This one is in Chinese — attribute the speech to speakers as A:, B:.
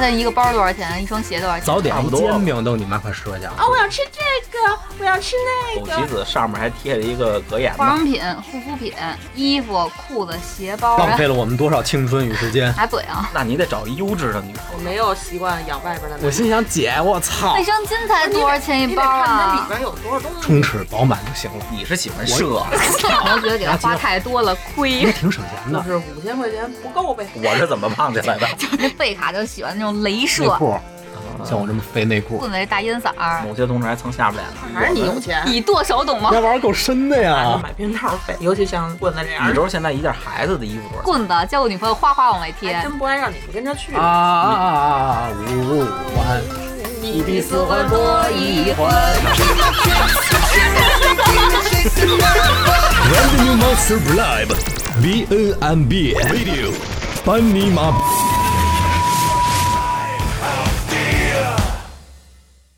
A: 它一个包多少钱？一双鞋多少钱？哦
B: 早点
C: 差不多
B: 煎饼都你妈快折下了
D: 啊，我想吃这个，我要吃那
C: 枸杞子
D: 个。
C: 上面还贴着一个格言
A: 化
C: 呢，
A: 妆品、护肤品、衣服、裤子、鞋包，？
B: 浪费了我们多少青春与时间
A: 打嘴啊，
C: 那你得找优质的女朋
D: 我
C: 友。
D: 没有习惯养外边的男
B: 我
D: 人，
B: 心想，姐，我操
A: 卫，生巾才多少钱一
D: 你
A: 包
D: 得看它
A: 啊
D: 里？边有多少东西。
B: 充斥饱满就行了，
C: 你是喜欢射，
A: 可能觉得给它花太多了，
B: 应
A: 亏
B: 该。挺省钱
D: 就
B: 的。
D: 是五千块钱不够呗。
C: 我是怎么胖起来 的？
A: 那 贝卡就喜欢那种镭
B: 内
A: 射，
B: 裤，像我这么肥内裤，
A: 棍子是大烟嗓儿，
C: 某些同志还蹭下巴脸呢。
D: 还是你有钱，
A: 你剁手懂吗
B: 那？玩意儿够深的呀！
D: 买避孕套费，尤其像棍子这样
C: 你，知道现在一件孩子的衣服多少钱？
A: 棍子交个女朋友，哗哗往外贴
D: 还。真不爱让你们跟着去
B: 啊。啊啊啊！啊五五环，
D: 你
B: 第四环多一环。
E: Brand new monster live. BNMB Radio. 班尼马